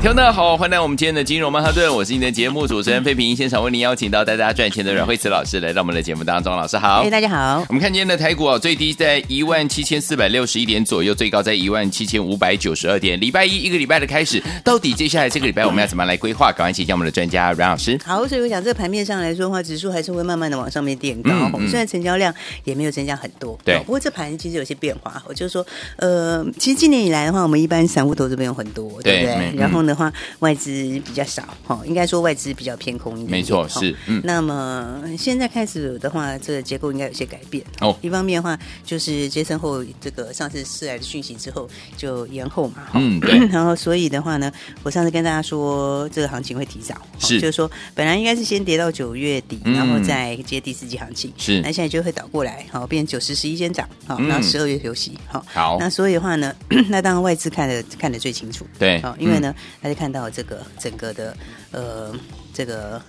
听众大家好，欢迎来到我们今天的金融曼哈顿，我是你的节目主持人费平，现场为您邀请到带大家赚钱的阮慧慈老师来到我们的节目当中，老师好哎、。大家好。我们看今天的台股啊，最低在一万七千四百六十一点左右，最高在一万七千五百九十二点。礼拜一一个礼拜的开始，到底接下来这个礼拜我们要怎么样来规划？赶快请教我们的专家阮老师。好，所以我想，这盘面上来说的话，指数还是会慢慢的往上面垫高。哦嗯嗯虽然成交量也没有增加很多，哦对不过这盘其实有些变化。我就是说，呃，其实今年以来的话，我们一般散户投资朋友很多，对对不对？没嗯然后的话，外资比较少，哈、应该说外资比较偏空一点点没错哦是嗯那么现在开始的话，这个结构应该有些改变。哦一方面的话，就是接身后这个上次释来的讯息之后，就延后嘛，哈嗯对 然后所以的话呢，我上次跟大家说，这个行情会提早，是就是说本来应该是先跌到九月底，嗯然后再接第四季行情，是那现在就会倒过来，好，变九十十一先涨，好，嗯然后十二月休息，好。好，那所以的话呢， 那当然外资看的看的最清楚，对嗯好，因为呢，他就看到这个整个的呃这个。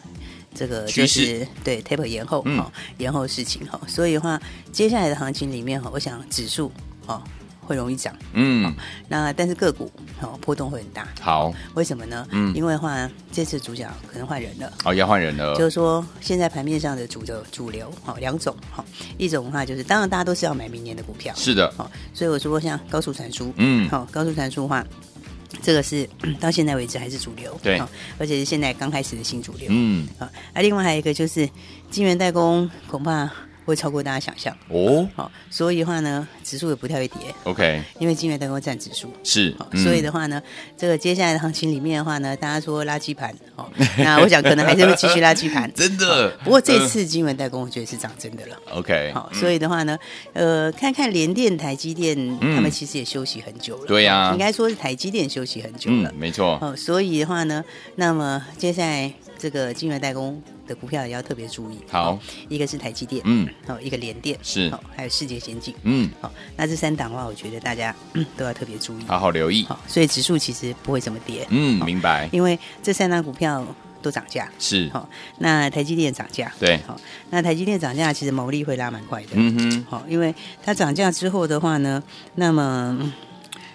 这个趋就势是对 taper 延后嗯哦，延后事情哦，所以的话，接下来的行情里面哈，我想指数哦会容易涨，嗯，那但是个股哦波动会很大，好，为什么呢？嗯因为的话这次主角可能换人了。哦，要换人了，就是说，现在盘面上的主流主流好两种好，一种的话就是，当然大家都是要买明年的股票，是的，好，所以我说像高速传输，嗯好，高速传输的话，这个是 嗯到现在为止还是主流，对好而且是现在刚开始的新主流，嗯，好，啊，另外还有一个就是晶圆代工恐怕会超过大家想象，哦好，所以的话呢，指数也不太会跌， ，OK，因为晶圆代工占指数，是哦，嗯。所以的话呢，这个接下来的行情里面的话呢，大家说垃圾盘哦，那我想可能还是会继续垃圾 盘真的哦不过这次金文代工，我觉得是涨真的了。 OK，好，嗯所以的话呢，呃，看看联电、台积电，嗯他们其实也休息很久了。对呀应该说是台积电休息很久了啊嗯，。没错，哦，所以的话呢，那么接下来这个金源代工的股票也要特别注意。好哦，一个是台积电，嗯，哦，一个联电是哦，还有世界先进。嗯，好，那这三档的话，我觉得大家 嗯都要特别注意。好好留意，好，所以指数其实不会怎么跌，嗯，明白，因为这三档股票都涨价。是，好、那台积电涨价，对好、那台积电涨价其实毛利会拉蛮快的，嗯哼，好、因为它涨价之后的话呢，那么嗯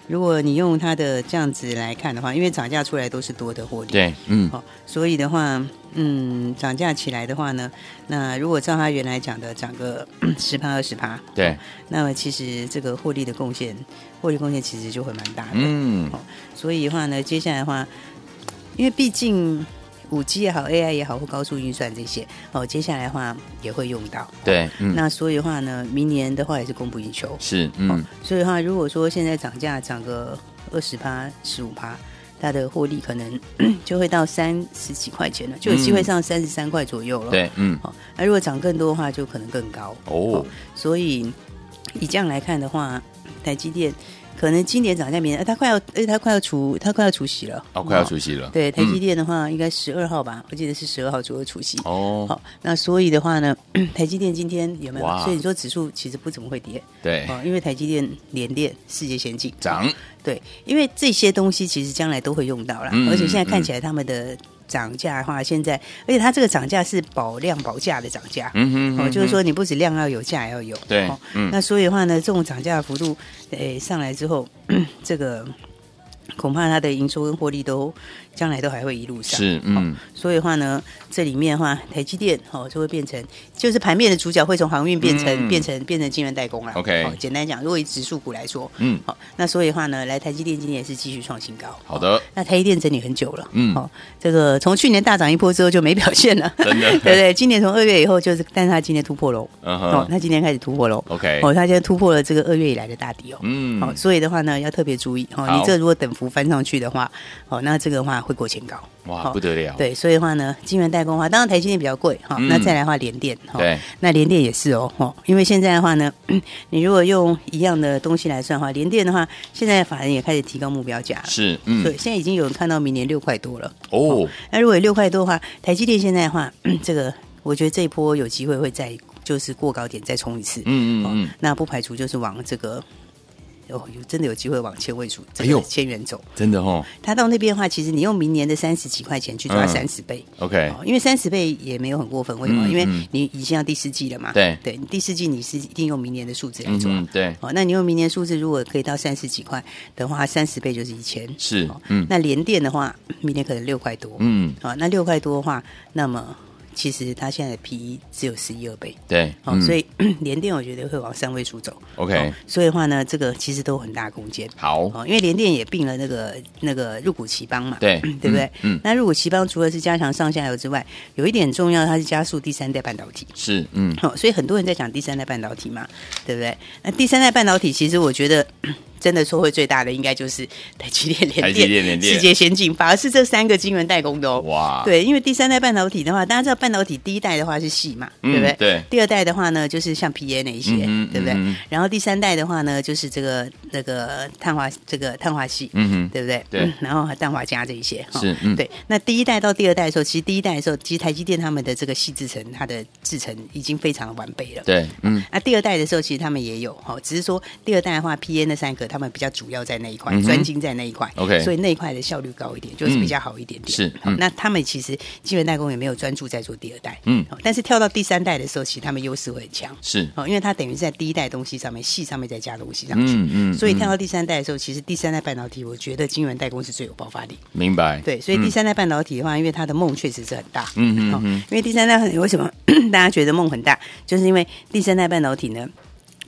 如果你用它的这样子来看的话，因为涨价出来都是多的获利，，对，嗯，好、所以的话，嗯，涨价起来的话呢，那如果照它原来讲的涨个十趴二十趴，对，那么其实这个获利的贡献，获利贡献其实就会蛮大的，嗯，所以的话呢，接下来的话，因为毕竟五 G 也好，AI 也好，或高速运算这些，哦，接下来的话也会用到。对，嗯，那所以的话呢，明年的话也是供不应求。是，哦嗯，，所以的话，如果说现在涨价涨个二十趴、十五趴，它的获利可能 就会到三十几块钱了，就有机会上三十三块左右了。。嗯对，嗯，哦，那如果涨更多的话，就可能更高。哦，所以以这样来看的话，台积电可能今年涨价，明年、呃它快要，而且它快要除，它快要除息了，哦，快要除夕了，对，台积嗯电的话，应该十二号吧，我记得是十二号左右除息。哦，好，那所以的话呢， 台积电今天有没有哇？所以你说指数其实不怎么会跌对，哦，因为台积电、联电、世界先进哎涨哦对，因为这些东西其实将来都会用到啦，嗯而且现在看起来他们的涨价的话，现在而且它这个涨价是保量保价的涨价，嗯哼，嗯哦，哼就是，说你不止量要有，价也要有。对哦嗯那所以的话呢，这种涨价的幅度，诶、上来之后，这个恐怕它的营收跟获利都将来都还会一路上。是，嗯，所以的话呢，这里面的话，台积电哦就会变成，就是盘面的主角会从航运变成、嗯变成变成晶圆代工了。 OK 哦简单讲，如果以指数股来说，嗯好、那所以的话呢，来台积电今年也是继续创新高。哦好的，那台积电整理很久了，嗯哦，这个从去年大涨一波之后就没表现了，真的 对不对？今年从二月以后就是，但是它今年突破喽，嗯哦，哼它今年开始突破喽， ，OK，哦，它今天突破了这个二月以来的大底哦，嗯好、，所以的话呢要特别注意哦，好你这如果等幅翻上去的话，哦，那这个的话会过前高。哇，好不得了，对，所以的话呢，晶圆代工的话，当然台积电比较贵哈、嗯那再来的话，联电哈、对那联电也是哦哈、因为现在的话呢， 你如果用一样的东西来算的话，联电的话，现在法人也开始提高目标价了，是，嗯，对，现在已经有人看到明年六块多了。哦，那如果有六块多的话，台积电现在的话， 这个我觉得这一波有机会会再就是过高点再冲一次，哦嗯嗯嗯，那不排除就是往这个。哦，有真的有机会往千位数，这哎呦个千元走。真的哦它到那边的话，其实你用明年的三十几块钱去抓嗯三十倍， ，OK，哦，因为三十倍也没有很过分，为什么？嗯因为嗯你已经要第四季了嘛，对对，你第四季你是一定用明年的数字来嗯抓。嗯，对，哦，那你用明年数字，如果可以到三十几块的话，三十倍就是一千。是哦，嗯那联电的话，明年可能六块多。嗯，哦，那六块多的话，那么其实它现在的 PE 只有十一二倍。对，哦，嗯所以 联电我觉得会往三位数走。 OK 哦所以的话呢，这个其实都有很大空间。好，哦，因为联电也并了那个那个入股奇邦嘛，对 对不对？嗯嗯那入股奇邦除了是加强上下游之外，有一点很重要，它是加速第三代半导体。是，嗯，哦，所以很多人在讲第三代半导体嘛，对不对？那第三代半导体，其实我觉得 真的说会最大的，应该就是台积电、联台积电联电世界先进，反而是这三个晶圆代工的哦。哇，，对，因为第三代半导体的话，大家知道半导体第一代的话是细嘛，嗯对不对？对第二代的话呢，就是像 PA 那一些，嗯哼对不对？嗯哼然后第三代的话呢，就是这个那个碳化这个碳化系，嗯对不对？对嗯然后还氮化镓这一些，是嗯对。那第一代到第二代的时候，其实第一代的时候，其实台积电他们的这个细制程，它的制程已经非常完备了哼，。对，嗯，那第二代的时候，其实他们也有哈，只是说第二代的话，P A 那三个他们比较主要在那一块嗯，哼专、精在那一块 OK 嗯所以那一块的效率高一点，就是比较好一点点。是好嗯那他们其实基本代工也没有专注在做第二代，嗯好，但是跳到第三代的时候，其实他们优势会很强，是，哦，因为它等于是在第一代东西上面细上面再加东西上去。嗯嗯，所以嗯跳到第三代的时候，其实第三代半导体，我觉得晶圆代工是最有爆发力。明白，对，所以第三代半导体的话，因为它的梦确实是很大。嗯嗯嗯哦嗯因为第三代为什么 大家觉得梦很大，就是因为第三代半导体呢。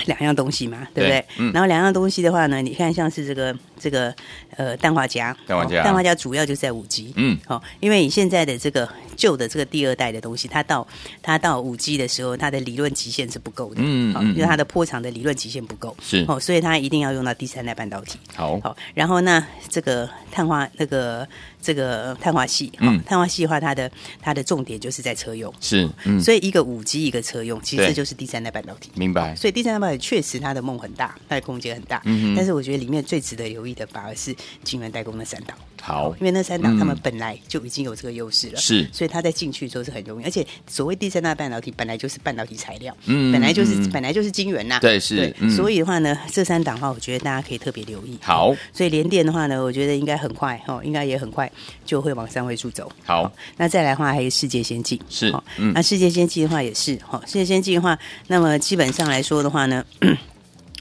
两样东西嘛，对不对？对嗯然后两样东西的话呢，你看像是这个这个呃氮化镓，氮化镓啊哦氮化镓主要就是在五 G，嗯，哦，因为你现在的这个旧的这个第二代的东西，它到它到五 G 的时候，它的理论极限是不够的，嗯哦嗯因为它的波长的理论极限不够，是哦，所以它一定要用到第三代半导体，好，好，然后那这个碳化那个这个碳化系，哈、嗯碳化系的话，它的它的重点就是在车用，是，嗯，所以一个五 G 一个车用，其实对这就是第三代半导体。明白，所以第三代半导体确实它的梦很大，它的空间很大，嗯哼但是我觉得里面最值得留意的反而是晶圆代工那三档，好因，为那三档嗯他们本来就已经有这个优势了，是所以它在进去之后是很容易，而且所谓第三代半导体本来就是半导体材料，嗯本来就是、嗯嗯本来就是晶圆呐，对是嗯所以的话呢，这三档的话，我觉得大家可以特别留意，好，所以联电的话呢，我觉得应该很快哦，应该也很快就会往三位数走。好哦那再来的话还有世界先进是哦嗯那世界先进的话也是哦，世界先进的话，那么基本上来说的话呢。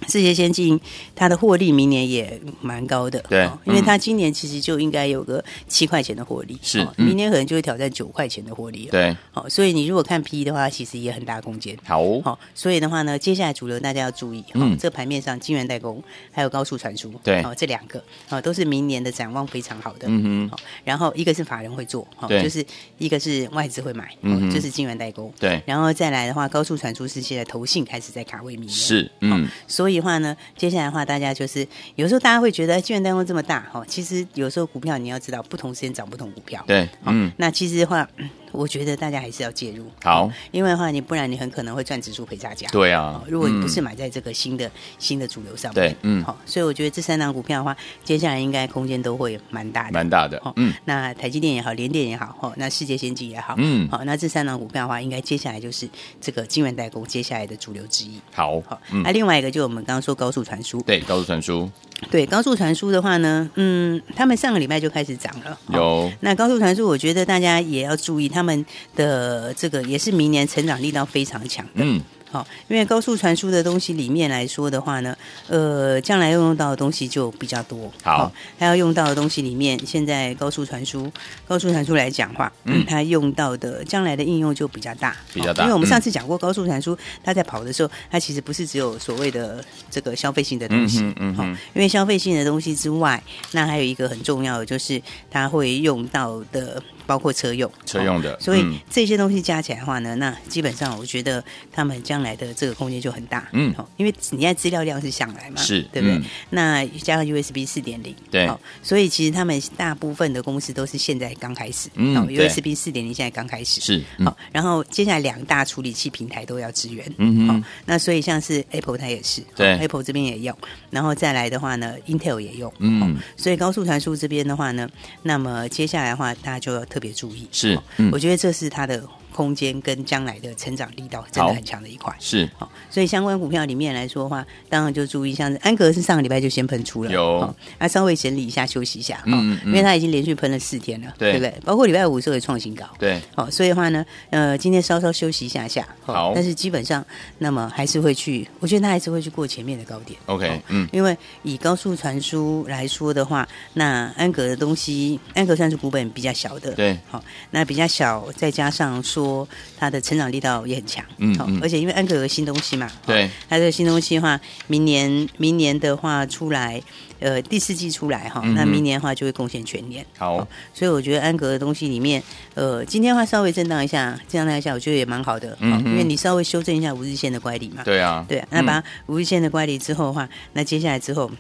世界先进，它的获利明年也蛮高的，对哦因为嗯它今年其实就应该有个七块钱的获利，是哦嗯明年可能就会挑战九块钱的获利了，，对，好、所以你如果看 P E 的话，其实也很大空间，好，好、所以的话呢，接下来主流大家要注意，哦嗯这盘面上晶圆代工还有高速传输，对哦，这两个哦都是明年的展望非常好的，嗯哼，好然后一个是法人会做，哦对就是一个是外资会买，哦嗯哼就是晶圆代工，对，然后再来的话，高速传输是现在投信开始在卡位明年，是，嗯，所以的话呢，接下来的话，大家就是有时候大家会觉得哎晶圆代工这么大，哦，其实有时候股票你要知道，不同时间涨不同股票，对，哦嗯，那其实的话，嗯我觉得大家还是要介入，好，因为的话，你不然你很可能会赚指数赔差价。对啊，哦如果你不是嗯买在这个新的、新的主流上面，对嗯好、所以我觉得这三档股票的话，接下来应该空间都会蛮大的，蛮大的哦，嗯，那台积电也好，联电也好，哦，那世界先进也好，嗯好、那这三档股票的话，应该接下来就是这个晶圆代工接下来的主流之一。好好、，哎那、嗯，另外一个就是我们刚刚说高速传输，对，高速传输对高速传输的话呢，嗯，他们上个礼拜就开始涨了，哦有，那高速传输，我觉得大家也要注意，他们的这个也是明年成长力道非常强的。嗯，好、因为高速传输的东西里面来说的话呢，呃，将来要用到的东西就比较多。好哦它要用到的东西里面，现在高速传输，高速传输来讲话，嗯它用到的将来的应用就比较大，比较大因为我嗯们上次讲过，高速传输它在跑的时候，它其实不是只有所谓的这个消费性的东西，嗯哼嗯哼哦因为消费性的东西之外，那还有一个很重要的就是它会用到的。包括车用，车用的所以嗯这些东西加起来的话呢，那基本上我觉得他们将来的这个空间就很大，嗯哦，因为你看资料量是上来嘛，是对不对？嗯那加上 USB 四点零，对哦，所以其实他们大部分的公司都是现在刚开始，嗯哦对，USB 四点零现在刚开始，是好、然后接下来两大处理器平台都要支援，嗯哼哦，那所以像是 Apple 它也是，对哦，Apple 这边也用，然后再来的话呢，Intel 也用，嗯哦所以高速传输这边的话呢，那么接下来的话，大家就要特别注意，是哦嗯我觉得这是它的空间跟将来的成长力道真好的很强的一块。是好、所以相关股票里面来说的话，当然就注意，像是安格是上个礼拜就先喷出了，有哦那、稍微整理一下，休息一下，嗯嗯嗯因为它已经连续喷了四天了，对不对？包括礼拜五的时候也创新高，对，好、所以的话呢，呃，今天稍稍休息一下下，哦好但是基本上，那么还是会去，我觉得它还是会去过前面的高点。 OK，哦嗯因为以高速传输来说的话，那安格的东西，安格算是股本比较小的，对好、那比较小，再加上说它的成长力道也很强，嗯好嗯而且因为安格有个新东西嘛，哦对，它这个新东西的话，明年明年的话出来，呃，第四季出来哈、嗯哼那明年的话就会贡献全年，好，所以我觉得安格的东西里面，呃，今天的话稍微震荡一下，震荡一下，我觉得也蛮好的，嗯哦哼因为你稍微修正一下五日线的乖离嘛，对啊，对，那嗯把五日线的乖离之后的话，那接下来之后。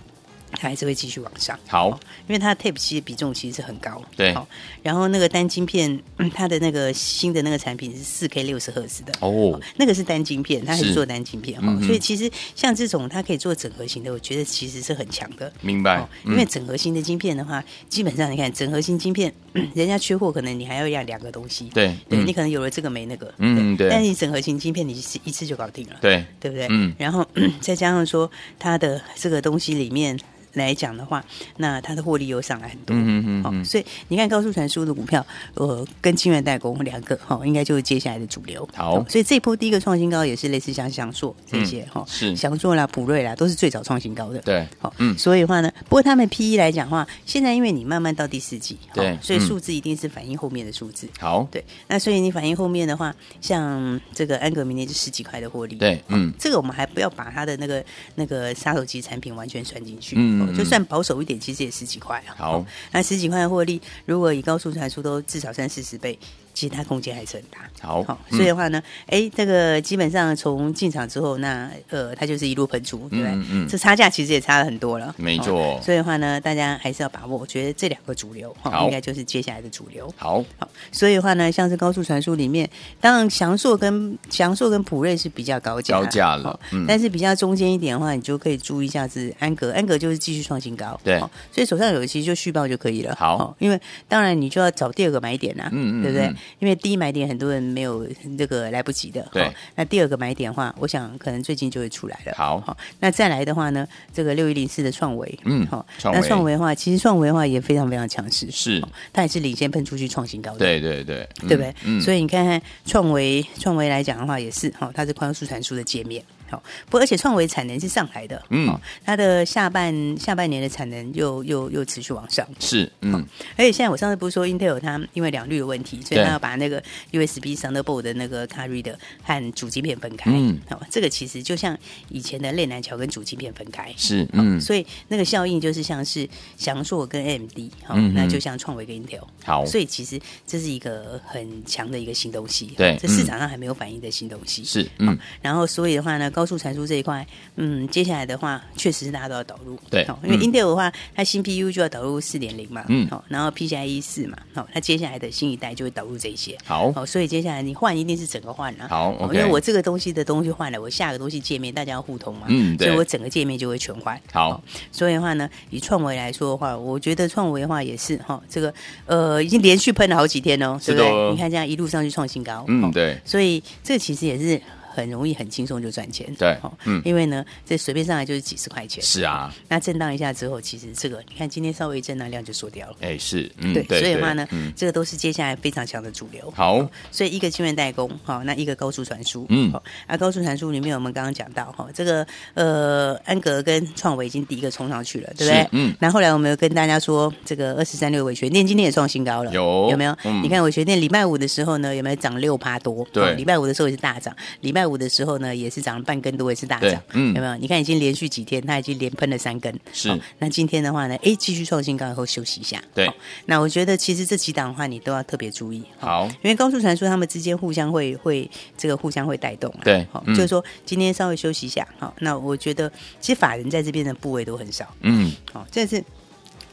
它还是会继续往上，好，因为它的 Tape 其实比重其实是很高，哦对哦然后那个单晶片，嗯它的那个新的那个产品是四 K 六十赫兹的，哦，那个是单晶片，它还是是做单晶片嗯哈哼，所以其实像这种它可以做整合型的，我觉得其实是很强的。明白哦，因为嗯整合型的晶片的话，基本上你看整合型晶片， 人家缺货，可能你还要要两个东西，对对嗯你可能有了这个没那个，嗯对但是你整合型晶片，你是一次就搞定了，对，对不对？嗯然后 再加上说它的这个东西里面来讲的话，那它的获利又上来很多，嗯嗯哦，嗯，所以你看高速传输的股票，呃，跟晶圆代工两个哈、哦，应该就是接下来的主流。好哦所以这一波第一个创新高也是类似像翔硕这些哈、嗯是翔硕啦、普瑞啦，都是最早创新高的。。对，好，嗯嗯，所以的话呢，不过他们 P E 来讲的话，现在因为你慢慢到第四季，哦对所以嗯数字一定是反映后面的数字。好，对，那所以你反映后面的话，像这个安格明年就十几块的获利，对，嗯，这个我们还不要把它的那个那个杀手级产品完全算进去，嗯哦就算保守一点，其实也十几块啊。好哦，那十几块的获利，如果以高速传输都至少三四十倍，其实它空间还是很大。哦好嗯所以的话呢，哎、这个基本上从进场之后，那呃，它就是一路喷出，对不对？嗯嗯这差价其实也差了很多了，哦没错所以的话呢，大家还是要把握，我觉得这两个主流哈、好应该就是接下来的主流。好，好，所以的话呢，像是高速传输里面，当然翔硕跟翔硕跟普瑞是比较高价高价了嗯但是比较中间一点的话，你就可以注意一下是安格，安格就是继续创新高，对所以手上有其实就续报就可以了，好因为当然你就要找第二个买点啦、嗯嗯对不对？嗯因为第一买点很多人没有这个来不及的，对好那第二个买点的话，我想可能最近就会出来了，好那再来的话呢，这个六一零四的创维，嗯好，创那维创维的话，其实创维的话也非常非常强势，是好，它也是领先喷出去创新高的，对对对，嗯对不对？嗯，所以以你看看创维，创维来讲的话也是哈、哦，它是宽速传输的界面。好、不过而且创维产能是上来的，嗯哦它的下半下半年的产能又又又持续往上。是，嗯，而且现在我上次不是说 Intel 它因为两率的问题，所以对它要把那个 USB Thunderbolt 的那个 c a r r y 的和主晶片分开。嗯好、这个其实就像以前的内南桥跟主晶片分开。是，嗯，所以那个效应就是像是翔硕跟 AMD，好、嗯哼哦那就像创维跟 Intel，好，所以其实这是一个很强的一个新东西，对嗯这市场上还没有反应的新东西。是，嗯，然后所以的话呢，高速传输这一块，嗯，接下来的话，确实是大家都要导入，对哦因为嗯 Intel 的话，它新 PU 就要导入四点零嘛，嗯好，然后 PCIe E 四嘛，好，那接下来的新一代就会导入这些。好，哦，所以接下来你换一定是整个换了、好哦 OK 因为我这个东西的东西换了，我下个东西界面大家要互通嘛，嗯对所以我整个界面就会全换。好，所以的话呢，以创维来说的话，我觉得创维的话也是哈、这个呃已经连续喷了好几天哦，是对的不对？你看这样一路上去创新高，嗯，哦，对，所以这其实也是很容易、很轻松就赚钱，对嗯因为呢，这随便上来就是几十块钱，是啊，那震荡一下之后，其实这个你看今天稍微震荡量就缩掉了。哎，是，嗯，对，所以的话呢，嗯，这个都是接下来非常强的主流。好，所以一个晶圆代工，好、那一个高速传输，嗯好、啊，高速传输里面我们刚刚讲到，哈、这个呃，安格跟创维已经第一个冲上去了，对不是对？嗯然后后来我们有跟大家说，这个二十三六伟学店今天也创新高了，有有没有？嗯你看伟学店礼拜五的时候呢，有没有涨六趴多？对哦礼拜五的时候也是大涨，礼拜五的时候呢，也是涨了半根多，也是大对涨，嗯有没有？你看已经连续几天，它已经连喷了三根，哦是那今天的话呢，哎，继续创新高以后休息一下，对好那我觉得其实这几档的话，你都要特别注意，好好，因为高速传输他们之间互相会会这个互相会带动嘛，对好，嗯就是说今天稍微休息一下，好，那我觉得其实法人在这边的部位都很少，嗯，好，这次。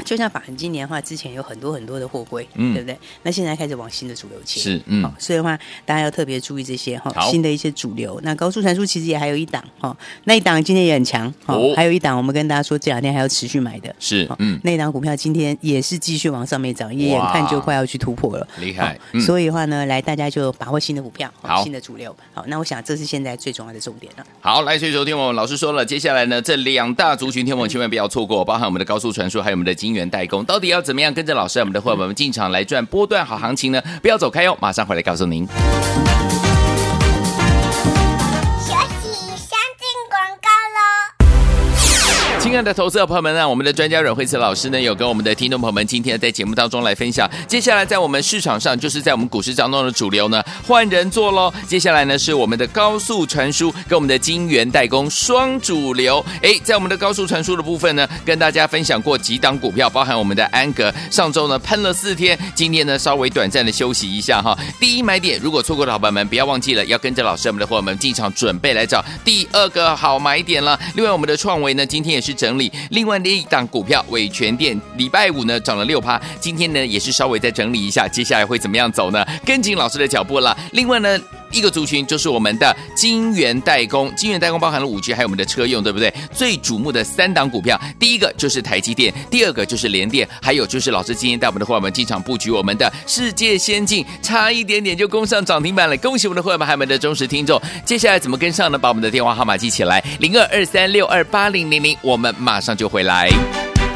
就像法人今年的话，之前有很多很多的货柜，嗯对不对？那现在开始往新的主流切，是，嗯好，，所以的话，大家要特别注意这些哈、好新的一些主流。那高速传输其实也还有一档哈、那一档今天也很强哈、哦还有一档我们跟大家说这两天还要持续买的，是好，嗯，那一档股票今天也是继续往上面涨，一眼看就快要去突破了。厉害好，嗯，所以的话呢，来大家就把握新的股票，好新的主流。好，那我想这是现在最重要的重点了。好，来，所以昨天我们老师说了，接下来呢，这两大族群，天我们千万不要错过，包含我们的高速传输，还有我们的金源代工，到底要怎么样跟着老师，我们的伙伴们进场来赚波段好行情呢？不要走开哦，马上回来告诉您。学习先进广告喽。亲爱的投资者朋友们呢，我们的专家阮慧慈老师呢，有跟我们的听众朋友们今天在节目当中来分享，接下来在我们市场上，就是在我们股市当中的主流呢，换人做喽。接下来呢，是我们的高速传输跟我们的晶圆代工双主流。诶，在我们的高速传输的部分呢，跟大家分享过几档股票，包含我们的安格，上周呢喷了四天，今天呢稍微短暂的休息一下哈。第一买点，如果错过的伙伴们，不要忘记了要跟着老师我们的伙伴们进场准备来找第二个好买点了。另外，我们的创维呢，今天也是整理，另外的一档股票伟全店，礼拜五呢涨了六趴，今天呢也是稍微再整理一下，接下来会怎么样走呢？跟紧老师的脚步了。另外呢。一个族群就是我们的金源代工，金源代工包含了五 G，还有我们的车用，对不对？最瞩目的三档股票，第一个就是台积电，第二个就是联电，还有就是老师今天带我们的伙伴们进场布局我们的世界先进，差一点点就攻上涨停板了，恭喜我们的伙伴们，还有我们的忠实听众。接下来怎么跟上呢？把我们的电话号码记起来，零二二三六二八零零零，我们马上就回来。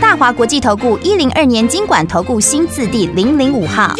大华国际投顾一零二年经管投顾新字第零零五号。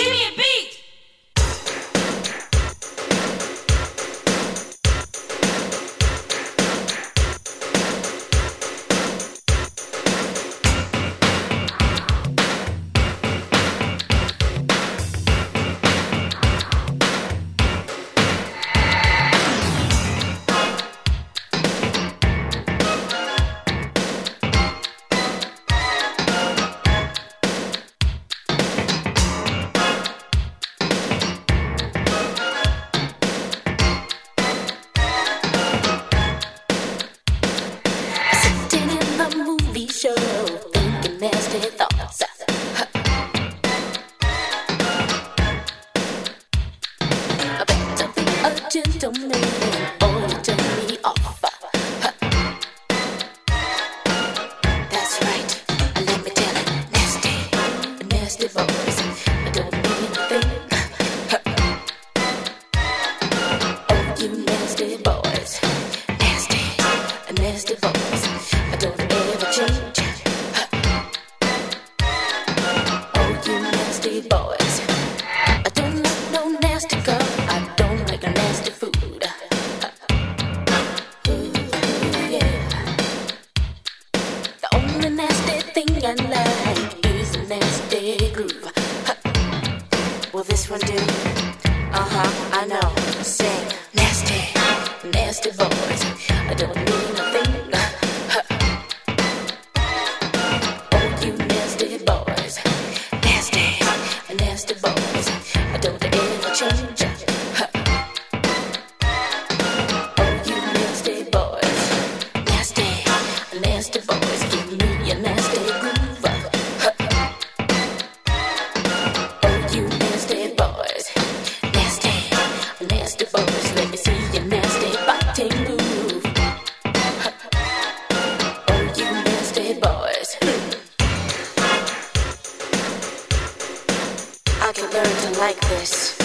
Oh, like this.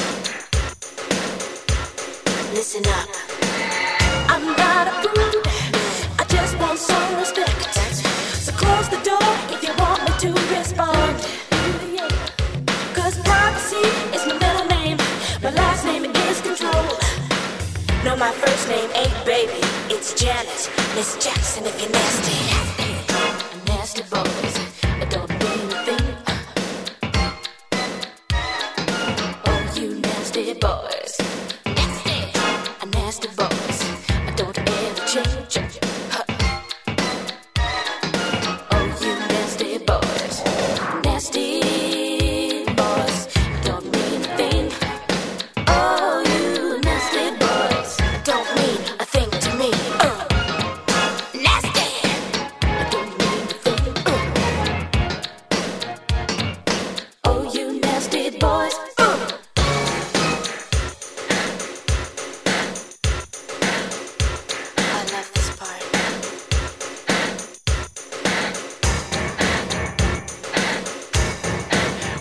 Listen up. I'm not a prude. I just want some respect. So close the door if you want me to respond. Cause privacy is my middle name. My last name is control. No, my first name ain't baby. It's Janet. Miss Jackson if you're nasty. Nasty boys. Don't mean a thing. Oh, you nasty boys. Nasty. Nasty boys. Don't ever change. Huh. Oh, you nasty boys. Nasty boys. Don't mean a thing. Oh, you nasty boys. Don't mean a thing to me. Uh. Nasty. Don't mean a thing. Uh. Oh, you nasty boys. Uh. I love this part.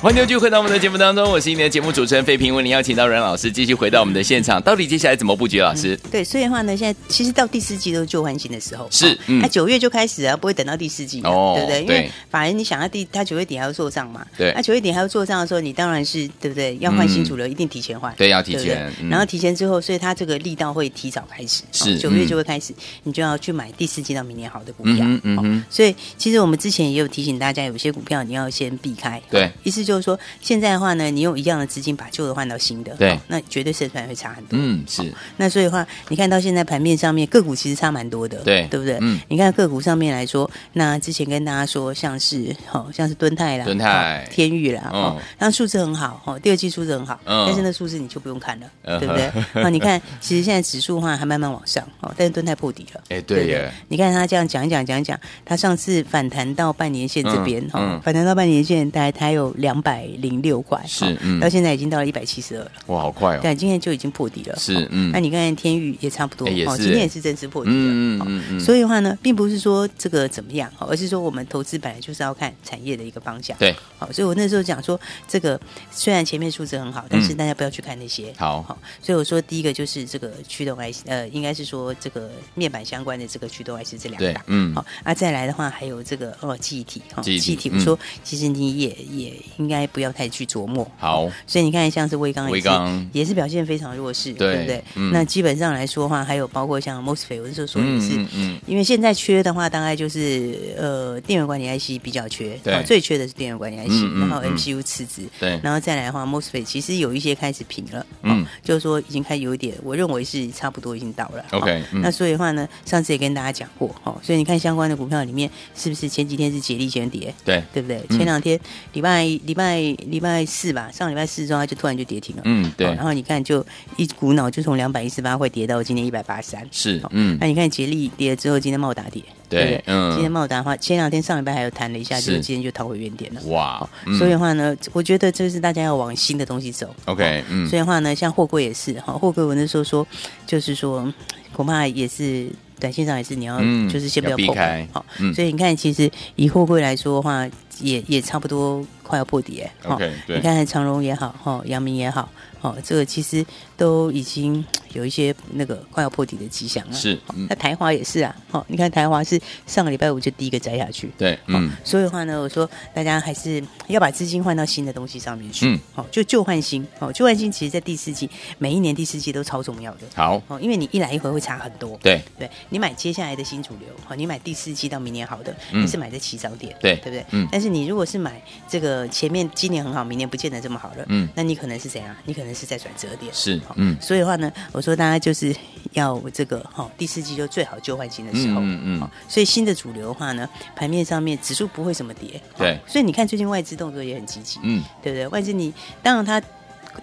欢迎继续回到我们的节目当中，我是你的节目主持人费平，为您邀请到阮老师继续回到我们的现场，到底接下来怎么布局？老师，对，所以的话呢，现在其实到第四季都是旧换新的时候，是哦嗯那九、月就开始啊，不会等到第四季、啊，哦对不对？因为对反正你想要第，他九月底还要做账嘛，对那九月底还要做账的时候，你当然是对不对？要换新嗯主流，一定提前换，对要提不前嗯然后提前之后，所以它这个力道会提早开始，是九、9嗯月就会开始，你就要去买第四季到明年好的股票，嗯哼嗯哼哦所以其实我们之前也有提醒大家，有些股票你要先避开，对意思就是说现在的话呢，你用一样的资金把旧的换到新的，对哦那绝对胜算会差很多，嗯，是那所以的话，你看到现在盘面上面个股其实差蛮多的，对对不对？嗯你看个股上面来说，那之前跟大家说，像是哦，像是敦泰啦，敦泰哦天域啦，嗯哦，那数字很好，哦，第二季数字很好，嗯但是那数字你就不用看了， 嗯对不对？那你看，其实现在指数的话还慢慢往上，哦，但是敦泰破底了，哎对不耶你看它这样讲一讲讲一讲，它上次反弹到半年线这边，嗯哦嗯，反弹到半年线大概它有两百零六块，是哦嗯到现在已经到了一百七十二了。哇，好快哦，对，今天就已经破底了。是哦嗯那你看天宇也差不多，哦哎也是今天哎也是正式破底了。嗯嗯哦嗯嗯，所以的话呢，并不是说这个怎么样，哦而是说我们投资本来就是要看产业的一个方向。，对，好，所以我那时候讲说，这个虽然前面数字很好，但是嗯大家不要去看那些。哦好所以我说第一个就是这个驱动 IC，呃，应该是说这个面板相关的这个驱动 IC 这两对大。嗯好，那再来的话还有这个哦记忆体，哦记忆体我嗯说其实你也也应该不要太去琢磨。哦好所以你看，像是威刚也威是刚也是表现非常弱势，对不对、嗯那基本上来说的话，还有包括像 MOSFET，我那时候说也是。嗯嗯，因为现在缺的话，大概就是呃，电源管理 IC 比较缺，对哦最缺的是电源管理 IC，、嗯嗯然后嗯 MCU 次值，对然后再来的话，MOSFET 其实有一些开始平了，嗯哦，就是说已经开始有一点，我认为是差不多已经到了。哦 OK，嗯那所以的话呢，上次也跟大家讲过，哦，所以你看相关的股票里面，是不是前几天是解力前跌，对，对不对？嗯前两天礼拜礼拜礼拜四吧，上礼拜四之后，它就突然就跌停了。嗯对好然后你看，就一股脑就从两百一十八块跌到今天一百八十三。是好嗯那你看杰力跌了之后，今天茂达跌。对不对嗯今天茂达的话，前两天上礼拜还有谈了一下，是就是今天就逃回原点了。哇，所嗯以的话呢，我觉得就是大家要往新的东西走。 OK，嗯所以的话呢，像货柜也是哈，货柜我那时候说，就是说嗯恐怕也是短线上也是你要、嗯就是先要不要避碰开好、嗯所以你看，其实以货柜来说的话，也也差不多快要破底哎。哈 OK，对你看长荣也好，哈，阳明也好，哦，这个其实都已经有一些那个快要破底的迹象了。是好嗯那台华也是啊，哦，你看台华是上个礼拜五就第一个摘下去，对嗯嗯，所以的话呢，我说大家还是要把资金换到新的东西上面去。嗯好，就旧换新，哦，旧换新其实在第四季，每一年第四季都超重要的。好哦，因为你一来一回会差很多。对对，你买接下来的新主流，好，你买第四季到明年好的，嗯你是买在起涨点，对对不对？嗯但是你如果是买这个前面今年很好，明年不见得这么好了，嗯那你可能是怎样？你可能是在转折点，是好嗯所以的话呢，我说大家就是要这个哈、哦，第四季就最好旧换新的时候，嗯嗯嗯好所以新的主流的话呢，盘面上面指数不会什么跌，对好所以你看最近外资动作也很积极，嗯对不对？外资你当然它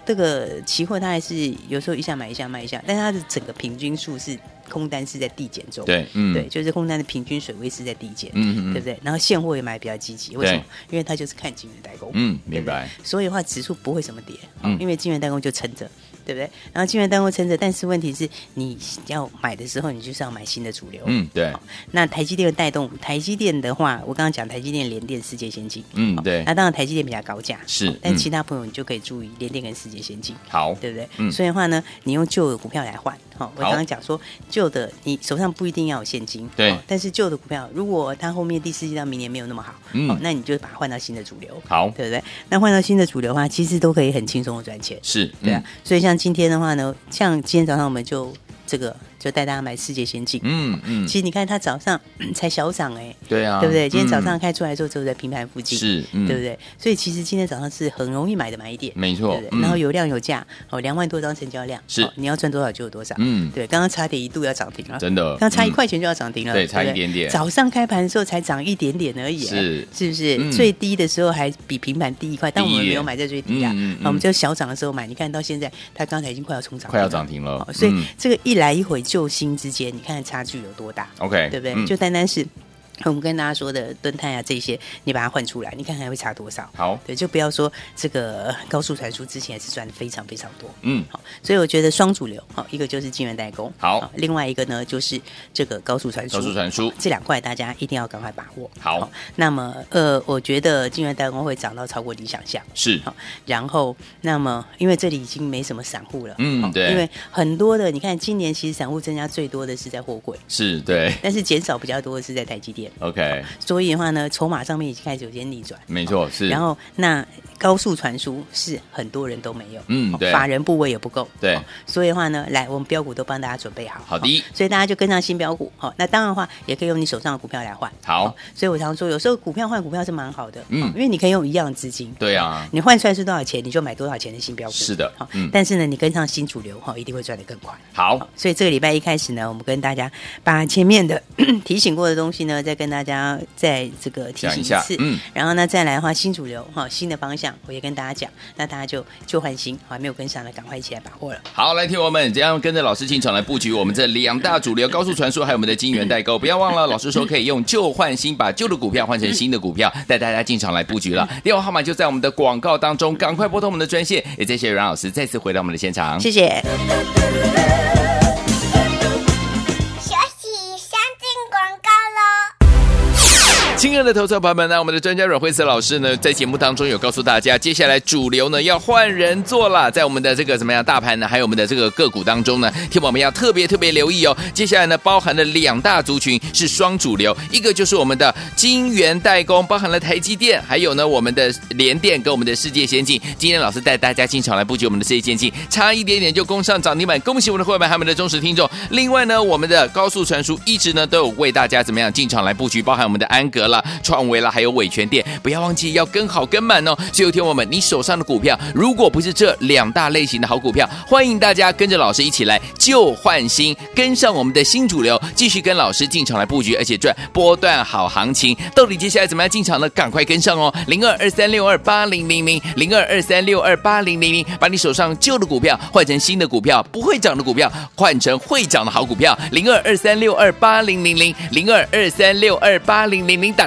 这个期货它还是有时候一下买一下卖一下，但是它的整个平均数是空单是在递减中，对嗯对，就是空单的平均水位是在递减，嗯嗯嗯对不对？然后现货也买得比较积极，为什么？因为它就是看今日代工，嗯对明不对白所以的话指数不会什么跌，哦嗯因为今日代工就撑着。对不对？然后金源单位撑着，但是问题是你要买的时候，你就是要买新的主流。嗯，对，那台积电的带动，台积电的话，我刚刚讲台积电、联电、世界先进，嗯好对那当然台积电比较高价，是好但嗯其他朋友你就可以注意联电跟世界先进，好，对不对？嗯所以的话呢，你用旧的股票来换，好、我好刚刚讲说旧的你手上不一定要有现金，对好但是旧的股票如果它后面第四季到明年没有那么好，嗯好那你就把它换到新的主流，好，对不对？那换到新的主流的话，其实都可以很轻松的赚钱，是，对啊。所以像今天的话呢，像今天早上我们就这个就带大家买世界先进，嗯，嗯嗯，其实你看它早上 才小涨哎、对啊，对不对？今天早上嗯开出来之后，只有在平盘附近，是，嗯对不？对？所以其实今天早上是很容易买的买点，没对错不，对？嗯然后有量有价，哦，两万多张成交量，是哦你要赚多少就有多少，嗯对。刚刚差点一度要涨停了，真的，刚差一嗯块钱就要涨停了，对差一不点点早上开盘的时候才涨一点点而已，是是不是嗯？最低的时候还比平盘低一块，但我们低一没点有买在最低啊嗯嗯，嗯啊我们就小涨的时候买。你看到现在，它刚才已经快要冲涨，快要涨。停了哦，所以嗯这个一来一回救星之间，你看差距有多大， OK，对不对？嗯就单单是呃我们跟大家说的蹲泰啊这些，你把它换出来，你看还会差多少？好，对，就不要说这个呃高速传输之前也是赚的非常非常多，嗯，好，所以我觉得双主流，哦好，一个就是晶圆代工，哦好另外一个呢就是这个高速传输，高速传输好这两块大家一定要赶快把握。哦好那么呃，我觉得晶圆代工会涨到超过理想项，是，好，然后那么因为这里已经没什么散户了，嗯好对因为很多的，你看今年其实散户增加最多的是在货柜，是，对但是减少比较多的是在台积电， ，OK，所以的话呢，筹码上面已经开始有些逆转。没错，是，然后那高速传输是很多人都没有，嗯哦对法人部位也不够，对哦所以的话呢，来我们标股都帮大家准备好，好的哦所以大家就跟上新标股，好、那当然的话也可以用你手上的股票来换，好哦所以我常说，有时候股票换股票是蛮好的，嗯嗯，因为你可以用一样的资金，对啊哦你换出来是多少钱，你就买多少钱的新标股，是的好、嗯但是呢，你跟上新主流，哦哈、一定会赚得更快。好，所以这个礼拜一开始呢，我们跟大家把前面的 提醒过的东西呢，再跟大家在这个提讲醒一一下次。嗯，然后呢，再来的话，新主流哈、新的方向，我也跟大家讲，那大家就就换新，好、没有跟上的赶快一起来把握了。好，来，听我们，这样跟着老师进场来布局我们这两大主流高速传输，还有我们的金源代购。不要忘了，老师说可以用旧换新，把旧的股票换成新的股票，带大家进场来布局了。电话号码就在我们的广告当中，赶快拨通我们的专线。也谢谢阮老师再次回到我们的现场。谢谢。学习先进广告喽。亲爱的投资者朋友们呢，我们的专家阮慧慈老师呢，在节目当中有告诉大家，接下来主流呢要换人做了，在我们的这个怎么样大盘呢，还有我们的这个个股当中呢，听我们要特别特别留意哦。接下来呢，包含了两大族群是双主流，一个就是我们的金源代工，包含了台积电，还有呢我们的联电跟我们的世界先进。今天老师带大家进场来布局我们的世界先进，差一点点就攻上涨停板，恭喜我们的会员们，还有我们的忠实听众。另外呢，我们的高速传输一直呢都有为大家怎么样进场来布局，包含我们的安格啦、创维啦，还有伟全店，不要忘记要跟好跟满哦。所以，有天我们，你手上的股票如果不是这两大类型的好股票，欢迎大家跟着老师一起来旧换新，跟上我们的新主流，继续跟老师进场来布局，而且赚波段好行情。到底接下来怎么样进场呢？赶快跟上哦，零二二三六二八零零零零二二三六二八零零零，把你手上旧的股票换成新的股票，不会涨的股票换成会涨的好股票，零二二三六二八零零零零二二三六二八零零零，打